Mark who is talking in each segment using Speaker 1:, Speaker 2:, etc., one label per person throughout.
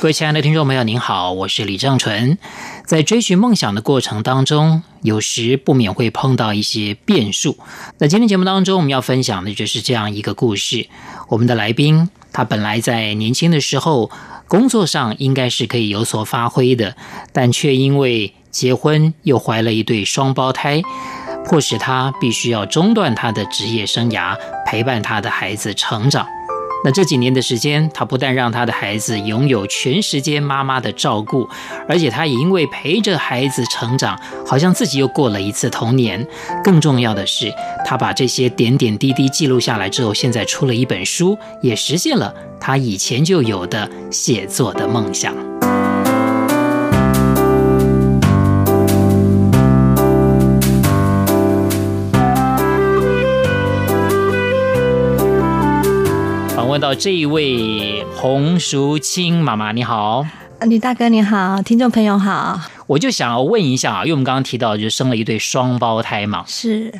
Speaker 1: 各位亲爱的听众朋友，您好，我是李正淳。在追寻梦想的过程当中，有时不免会碰到一些变数。在今天节目当中，我们要分享的就是这样一个故事。我们的来宾，他本来在年轻的时候，工作上应该是可以有所发挥的，但却因为结婚又怀了一对双胞胎，迫使他必须要中断他的职业生涯，陪伴他的孩子成长。那这几年的时间，他不但让他的孩子拥有全时间妈妈的照顾，而且他也因为陪着孩子成长，好像自己又过了一次童年。更重要的是，他把这些点点滴滴记录下来之后，现在出了一本书，也实现了他以前就有的写作的梦想。访问到这一位洪淑清妈妈，你好。
Speaker 2: 啊李大哥你好，听众朋友好，
Speaker 1: 我就想要问一下啊，因为我们刚刚提到，就是生了一对双胞胎嘛。
Speaker 2: 是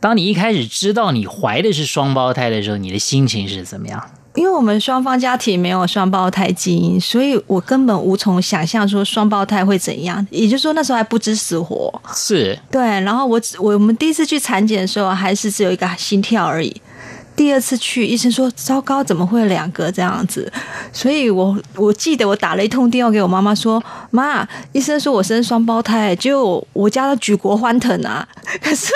Speaker 1: 当你一开始知道你怀的是双胞胎的时候，你的心情是怎么样？
Speaker 2: 因为我们双方家庭没有双胞胎基因，所以我根本无从想象说双胞胎会怎样，也就是说那时候还不知死活。
Speaker 1: 是
Speaker 2: 对，然后我只我们第一次去产检的时候，还是只有一个心跳而已。第二次去，医生说糟糕，怎么会两个这样子？所以我我记得我打了一通电话给我妈妈说，妈，医生说我生双胞胎，结果我家都举国欢腾啊， 可是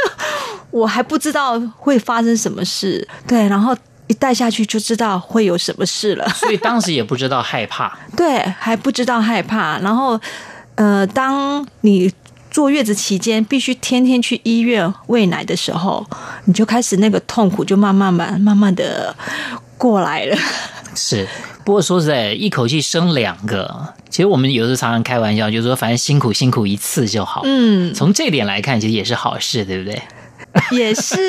Speaker 2: 我还不知道会发生什么事。对，然后一带下去就知道会有什么事了。
Speaker 1: 所以当时也不知道害怕，
Speaker 2: 对，还不知道害怕。然后，呃，当你坐月子期间必须天天去医院喂奶的时候，你就开始那个痛苦就慢慢慢慢慢的过来了。
Speaker 1: 是。不过说实在，一口气生两个，其实我们有时候常常开玩笑，就是说反正辛苦辛苦一次就好。
Speaker 2: 嗯，
Speaker 1: 从这点来看，其实也是好事，对不对？
Speaker 2: 也 是，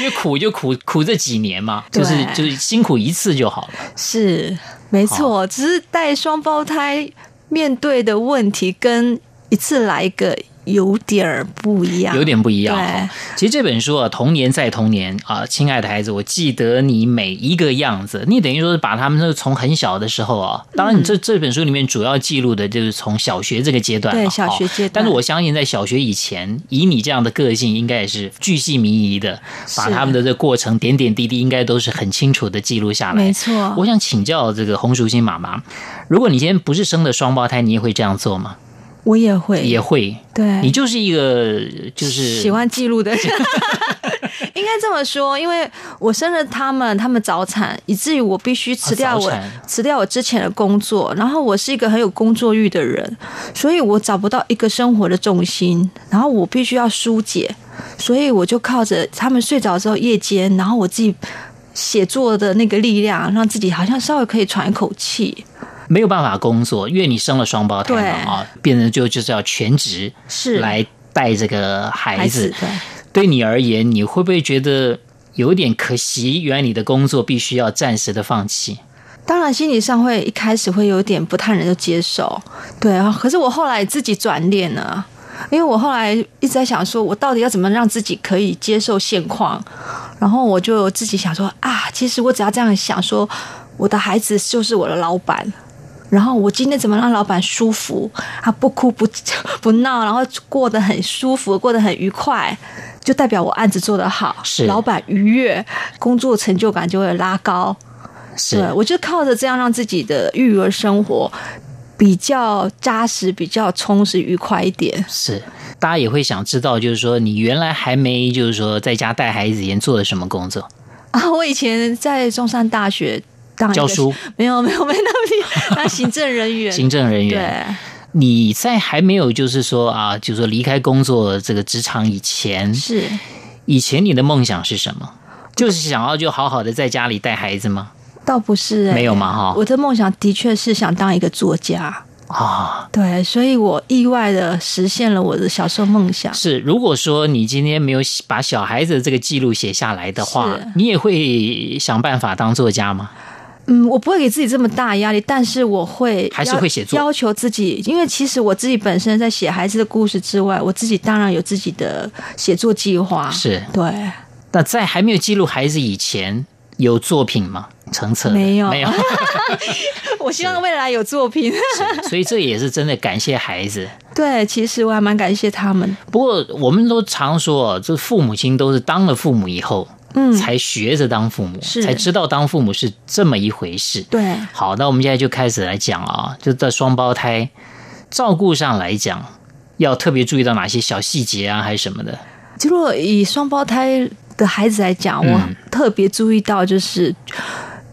Speaker 1: 因为苦就苦苦这几年嘛，
Speaker 2: 对
Speaker 1: 就是就是辛苦一次就好了。
Speaker 2: 是没错，只是带双胞胎面对的问题跟一次来一个有点儿不一样，
Speaker 1: 有点不一样
Speaker 2: 啊对
Speaker 1: 哈。其实这本书啊，《童年再童年》啊，亲爱的孩子，我记得你每一个样子，你等于说是把他们都从很小的时候啊，当然你
Speaker 2: 嗯
Speaker 1: 这这本书里面主要记录的就是从小学这个阶段嘛，
Speaker 2: 对
Speaker 1: 哈
Speaker 2: 小学阶段
Speaker 1: 哦但是我相信在小学以前，以你这样的个性，应该也是巨细靡遗的，把
Speaker 2: 是
Speaker 1: 他们的这过程点点滴滴，应该都是很清楚的记录下来。
Speaker 2: 没错。
Speaker 1: 我想请教这个红淑欣妈妈，如果你今天不是生的双胞胎，你也会这样做吗？
Speaker 2: 我也会，
Speaker 1: 也会，
Speaker 2: 对，
Speaker 1: 你就是一个就是
Speaker 2: 喜欢记 录的人。 应该这么说，因为我生了他们，他们早产，以至于我必须辞掉我、
Speaker 1: 啊早产
Speaker 2: 辞掉我之前的工作。然后我是一个很有工作欲的人，所以我找不到一个生活的重心，然后我必须要疏解，所以我就靠着他们睡着之后夜间，然后我自己写作的那个力量，让自己好像稍微可以喘一口气。
Speaker 1: 没有办法工作，因为你生了双胞胎嘛，啊，变成就就是要全职
Speaker 2: 是
Speaker 1: 来带这个孩
Speaker 2: 孩
Speaker 1: 子。
Speaker 2: 对。
Speaker 1: 对你而言，你会不会觉得有点可惜？原来你的工作必须要暂时的放弃。
Speaker 2: 当然，心理上会一开始会有点不太能够接受，对啊。可是我后来自己转念了，因为我后来一直在想说，我到底要怎么让自己可以接受现况。然后我就自己想说啊，其实我只要这样想说，我的孩子就是我的老板。然后我今天怎么让老板舒服？他不哭不 不闹，然后过得很舒服，过得很愉快，就代表我案子做得好，
Speaker 1: 是
Speaker 2: 老板愉悦，工作成就感就会拉高。对
Speaker 1: 是，
Speaker 2: 我就靠着这样让自己的育儿生活比较扎实、比较充实、愉快一点。
Speaker 1: 是，大家也会想知道，就是说你原来还没就是说在家带孩子以前做了什么工作？
Speaker 2: 啊，我以前在中山大学当一个
Speaker 1: 教书，
Speaker 2: 没有没有没那么厉害，当行政人员。
Speaker 1: 行政人员。
Speaker 2: 对，
Speaker 1: 你在还没有就是说啊，就是说离开工作这个职场以前，
Speaker 2: 是
Speaker 1: 以前你的梦想是什么？就是想要就好好的在家里带孩子吗？
Speaker 2: 倒不是、欸、
Speaker 1: 没有嘛哈
Speaker 2: 我的梦想的确是想当一个作家。
Speaker 1: 啊。
Speaker 2: 对，所以我意外的实现了我的小时候梦想。
Speaker 1: 是，如果说你今天没有写把小孩子的这个记录写下来的话
Speaker 2: 是，
Speaker 1: 你也会想办法当作家吗？
Speaker 2: 嗯，我不会给自己这么大压力，但是我会
Speaker 1: 还是
Speaker 2: 要
Speaker 1: 会写作
Speaker 2: 要求自己，因为其实我自己本身在写孩子的故事之外，我自己当然有自己的写作计划。
Speaker 1: 是。
Speaker 2: 对，
Speaker 1: 那在还没有记录孩子以前，有作品吗？成册的
Speaker 2: 没有
Speaker 1: 没有。
Speaker 2: 我希望未来有作品。
Speaker 1: 是所以这也是真的感谢孩子。
Speaker 2: 对，其实我还蛮感谢他们。
Speaker 1: 不过我们都常说，这父母亲都是当了父母以后，
Speaker 2: 嗯
Speaker 1: 才学着当父母，
Speaker 2: 是
Speaker 1: 才知道当父母是这么一回事。
Speaker 2: 对，
Speaker 1: 好，那我们现在就开始来讲啊，就在双胞胎照顾上来讲，要特别注意到哪些小细节啊，还是什么的？
Speaker 2: 如果以双胞胎的孩子来讲，我
Speaker 1: 嗯
Speaker 2: 特别注意到就是。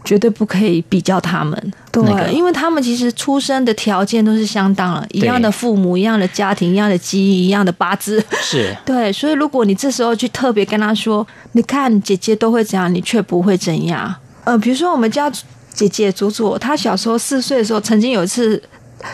Speaker 2: 绝对不可以比较他们，对，
Speaker 1: 那个
Speaker 2: 因为他们其实出生的条件都是相当了，一样的父母，一样的家庭，一样的基因，一样的八字，
Speaker 1: 是
Speaker 2: 对，所以如果你这时候去特别跟他说，你看姐姐都会怎样，你却不会怎样。呃，比如说我们家姐姐祖祖，她小时候四岁的时候，曾经有一次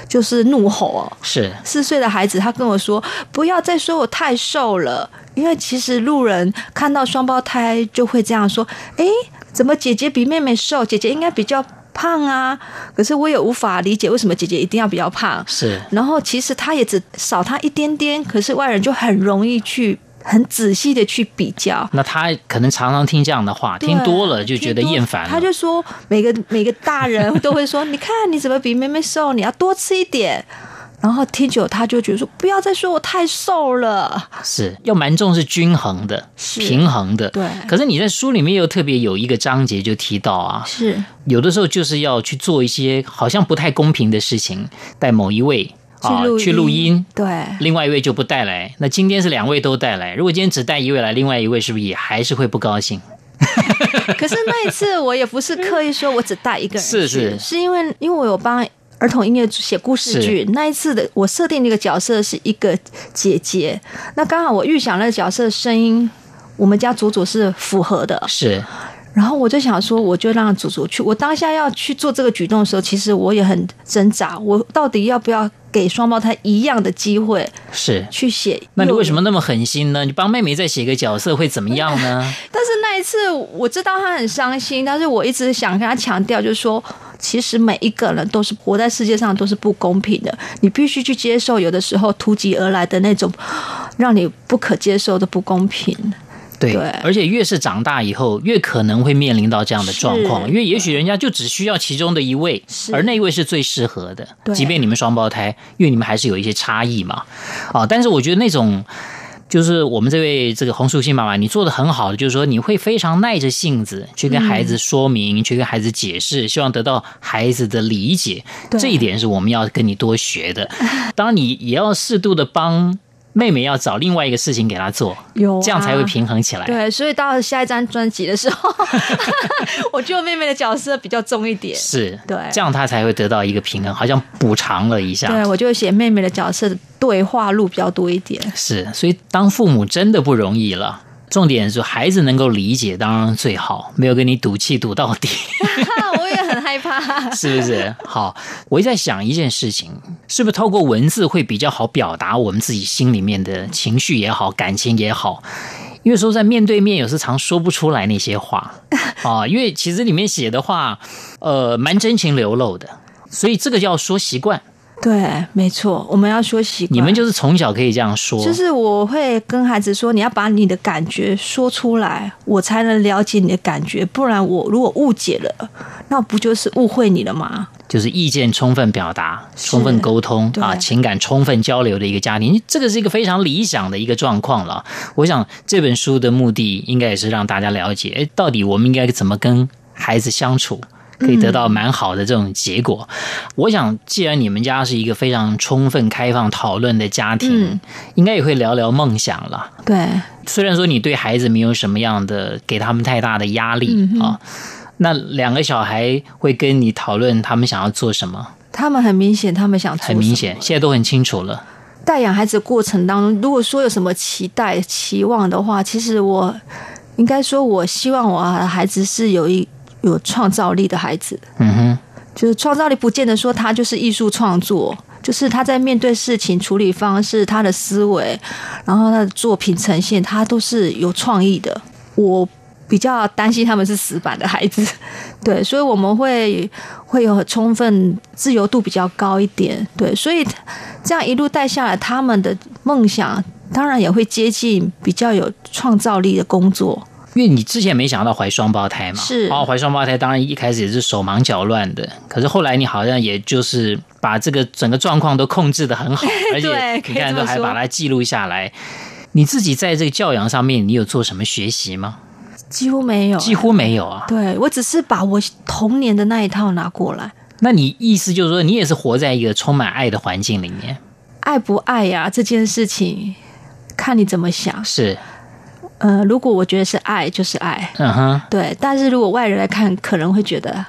Speaker 2: 就是怒吼哦，
Speaker 1: 是，
Speaker 2: 四岁的孩子，他跟我说：“不要再说我太瘦了。”因为其实路人看到双胞胎就会这样说：“诶，怎么姐姐比妹妹瘦？姐姐应该比较胖啊。”可是我也无法理解为什么姐姐一定要比较胖。
Speaker 1: 是
Speaker 2: 然后其实她也只少她一点点，可是外人就很容易去很仔细的去比较。
Speaker 1: 那他可能常常听这样的话，
Speaker 2: 对
Speaker 1: 听多了就觉得
Speaker 2: 听多
Speaker 1: 厌烦了。
Speaker 2: 他就说每个每个大人都会说，你看你怎么比妹妹瘦，你要多吃一点。然后听久，他就觉得说不要再说我太瘦了。
Speaker 1: 是要蛮重视均衡的、
Speaker 2: 是
Speaker 1: 平衡的。
Speaker 2: 对
Speaker 1: 可是你在书里面又特别有一个章节就提到啊，
Speaker 2: 是
Speaker 1: 有的时候就是要去做一些好像不太公平的事情，带某一位啊
Speaker 2: 录
Speaker 1: 去录音。
Speaker 2: 对
Speaker 1: 另外一位就不带来，那今天是两位都带来。如果今天只带一位来，另外一位是不是也还是会不高兴？
Speaker 2: 可是那一次我也不是刻意说我只带一个人去，
Speaker 1: 是是
Speaker 2: 是因为因为我有帮儿童音乐写故事剧，那一次的我设定的一个角色是一个姐姐，那刚好我预想那个角色的声音，我们家祖祖是符合的，
Speaker 1: 是
Speaker 2: 然后我就想说，我就让祖祖去。我当下要去做这个举动的时候，其实我也很挣扎，我到底要不要给双胞胎一样的机会
Speaker 1: 是。
Speaker 2: 去写？
Speaker 1: 那你为什么？那么狠心呢？你帮妹妹再写个角色会怎么样呢？
Speaker 2: 但是那一次我知道他很伤心，但是我一直想跟他强调，就是说，其实每一个人都是活在世界上都是不公平的，你必须去接受有的时候突击而来的那种让你不可接受的不公平。
Speaker 1: 对
Speaker 2: 对
Speaker 1: 而且越是长大以后，越可能会面临到这样的状况，
Speaker 2: 是
Speaker 1: 因为也许人家就只需要其中的一位，
Speaker 2: 是
Speaker 1: 而那一位是最适合的。
Speaker 2: 对
Speaker 1: 即便你们双胞胎，因为你们还是有一些差异嘛，啊，但是我觉得那种。就是我们这位这个洪淑欣妈妈，你做的很好的，就是说你会非常耐着性子去跟孩
Speaker 2: 嗯
Speaker 1: 子说明，去跟孩子解释，希望得到孩子的理解。
Speaker 2: 对
Speaker 1: 这一点是我们要跟你多学的。当然，你也要适度的帮妹妹要找另外一个事情给她做，
Speaker 2: 有啊
Speaker 1: 这样才会平衡起来。
Speaker 2: 对，所以到了下一张专辑的时 候，我觉得妹妹的角色比较重一点。
Speaker 1: 是，
Speaker 2: 对
Speaker 1: 这样他才会得到一个平衡，好像补偿了一下。
Speaker 2: 对，我就写妹妹的角色的对话录比较多一 点。
Speaker 1: 是，所以当父母真的不容易了。重点是孩子能够理解，当然最好，没有跟你赌气赌到底，
Speaker 2: 我也很害怕。
Speaker 1: 是不是？好，我一直在想一件事情，是不是透过文字会比较好表达我们自己心里面的情绪也好，感情也好。因为说在面对面，有时常说不出来那些 话啊，因为其实里面写的话，呃，蛮真情流露的，所以这个要说习惯。
Speaker 2: 对，没错，我们要说习惯。
Speaker 1: 你们就是从小可以这样说，
Speaker 2: 就是我会跟孩子说，你要把你的感觉说出来，我才能了解你的感觉。不然我如果误解了，那不就是误会你了吗？
Speaker 1: 就是意见充分表达、充分沟通
Speaker 2: 对
Speaker 1: 啊，情感充分交流的一个家庭，这个是一个非常理想的一个状况了。我想这本书的目的应该也是让大家了解，诶到底我们应该怎么跟孩子相处。可以得
Speaker 2: 嗯
Speaker 1: 到蛮好的这种结果。我想，既然你们家是一个非常充分开放讨论的家庭，
Speaker 2: 嗯
Speaker 1: 应该也会聊聊梦想了。
Speaker 2: 对，
Speaker 1: 虽然说你对孩子没有什么样的给他们太大的压
Speaker 2: 嗯
Speaker 1: 力啊、那两个小孩会跟你讨论他们想要做什么，
Speaker 2: 他们很明显，他们想做
Speaker 1: 很明
Speaker 2: 什
Speaker 1: 显
Speaker 2: 么，
Speaker 1: 现在都很清楚了。
Speaker 2: 带养孩子的过程当中，如果说有什么期待、期望的话，其实我应该说，我希望我的孩子是有一有创造力的孩子。
Speaker 1: 嗯哼，
Speaker 2: 就是创造力，不见得说他就是艺术创作，就是他在面对事情处理方式、他的思维，然后他的作品呈现，他都是有创意的。我比较担心他们是死板的孩子， 对，所以我们会会有充分自由度比较高一点，对，所以这样一路带下来，他们的梦想当然也会接近比较有创造力的工作。
Speaker 1: 因为你之前没想到怀双胞胎嘛，
Speaker 2: 是
Speaker 1: 然后怀双胞胎当然一开始也是手忙脚乱的，可是后来你好像也就是把这个整个状况都控制的很 好，而且
Speaker 2: 可以
Speaker 1: 你看
Speaker 2: 这么
Speaker 1: 都还把
Speaker 2: 说
Speaker 1: 它记录下来。你自己在这个教养上面，你有做什么学习吗？
Speaker 2: 几乎没有，
Speaker 1: 几乎没有啊。
Speaker 2: 对我只是把我童年的那一套拿过来，
Speaker 1: 那你意思就是说，你也是活在一个充满爱的环境里面？
Speaker 2: 爱不爱呀、这件事情，看你怎么想。
Speaker 1: 是，
Speaker 2: 呃，如果我觉得是爱，就是爱，
Speaker 1: 嗯哼，
Speaker 2: 对。但是如果外人来看，可能会觉得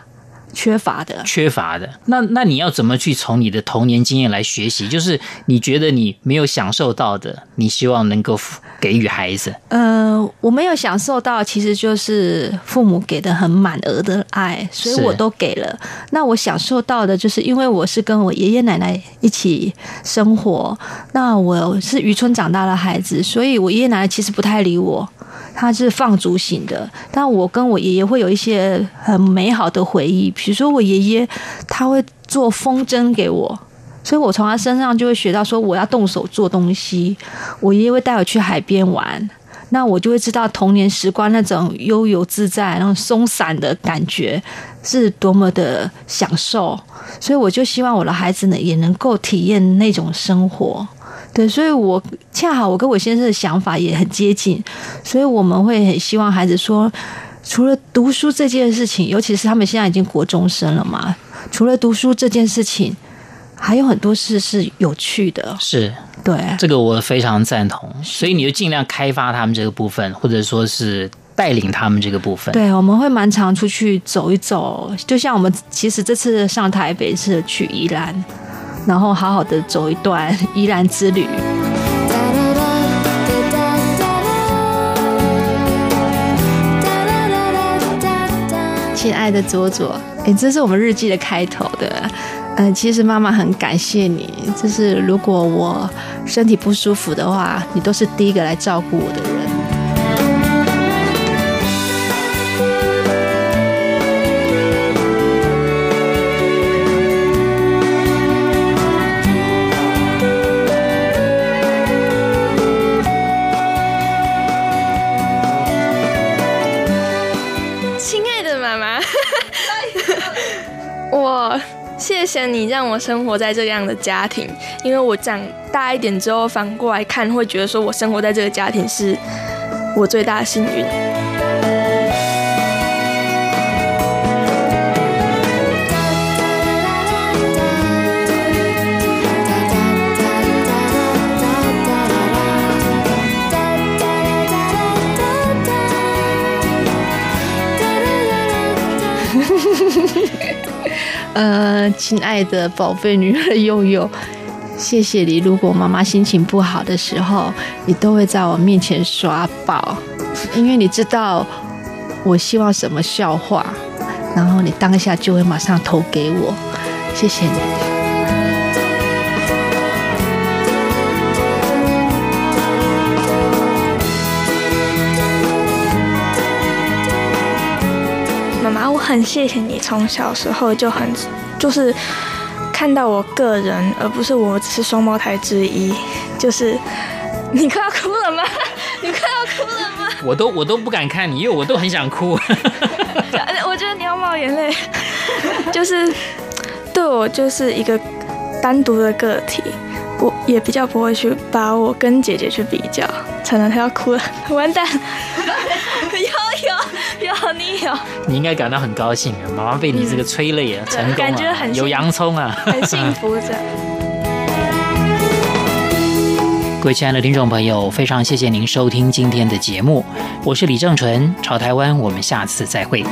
Speaker 2: 缺乏的。
Speaker 1: 缺乏的。那那你要怎么去从你的童年经验来学习？就是你觉得你没有享受到的，你希望能够给予孩子。
Speaker 2: 呃，我没有享受到，其实就是父母给的很满额的爱，所以
Speaker 1: 是
Speaker 2: 我都给了。那我享受到的，就是因为我是跟我爷爷奶奶一起生活，那我是渔村长大的孩子，所以我爷爷奶奶其实不太理我。他是放逐型的，但我跟我爷爷会有一些很美好的回忆，比如说我爷爷他会做风筝给我，所以我从他身上就会学到说我要动手做东西。我爷爷会带我去海边玩，那我就会知道童年时光那种悠游自在、那种松散的感觉是多么的享受。所以我就希望我的孩子呢也能够体验那种生活。对，所以我恰好我跟我先生的想法也很接近，所以我们会很希望孩子说，除了读书这件事情，尤其是他们现在已经国中生了嘛，除了读书这件事情，还有很多事是有趣的。
Speaker 1: 是，
Speaker 2: 对，
Speaker 1: 这个我非常赞同，所以你就尽量开发他们这个部分，或者说是带领他们这个部分。，
Speaker 2: 对，我们会蛮常出去走一走，就像我们其实这次上台北是去宜兰，然后好好的走一段宜兰之旅。亲爱的左左，诶，这是我们日记的开头的。嗯、其实妈妈很感谢你，就是如果我身体不舒服的话，你都是第一个来照顾我的人。
Speaker 3: 亲爱的妈妈， 我谢谢你让我生活在这样的家庭，因为我长大一点之后反过来看，会觉得说我生活在这个家庭是我最大的幸运。
Speaker 2: 呃，亲爱的宝贝女儿 悠悠，谢谢你。如果妈妈心情不好的时候，你都会在我面前耍宝，因为你知道我希望什么笑话，然后你当下就会马上投给我。谢谢你。
Speaker 3: 妈妈，我很谢谢你，从小时候就很就是看到我个人，而不是我只是双胞胎之一。就是 你快要哭了吗？ 你快要哭了吗？
Speaker 1: 我都我都不敢看你，因为我都很想哭。
Speaker 3: 呃我觉得你要冒眼泪， 就是对我就是一个单独的个体，我也比较不会去把我跟姐姐去比较。才能她要哭了， 完蛋！有有有，你有，
Speaker 1: 你应该感到很高兴，啊妈妈被你这个催泪啊，成功啊，
Speaker 3: 感觉很幸
Speaker 1: 有洋葱啊。
Speaker 3: 很幸福着。
Speaker 1: 各位亲爱的听众朋友，非常谢谢您收听今天的节目，我是李正淳，朝台湾，我们下次再会。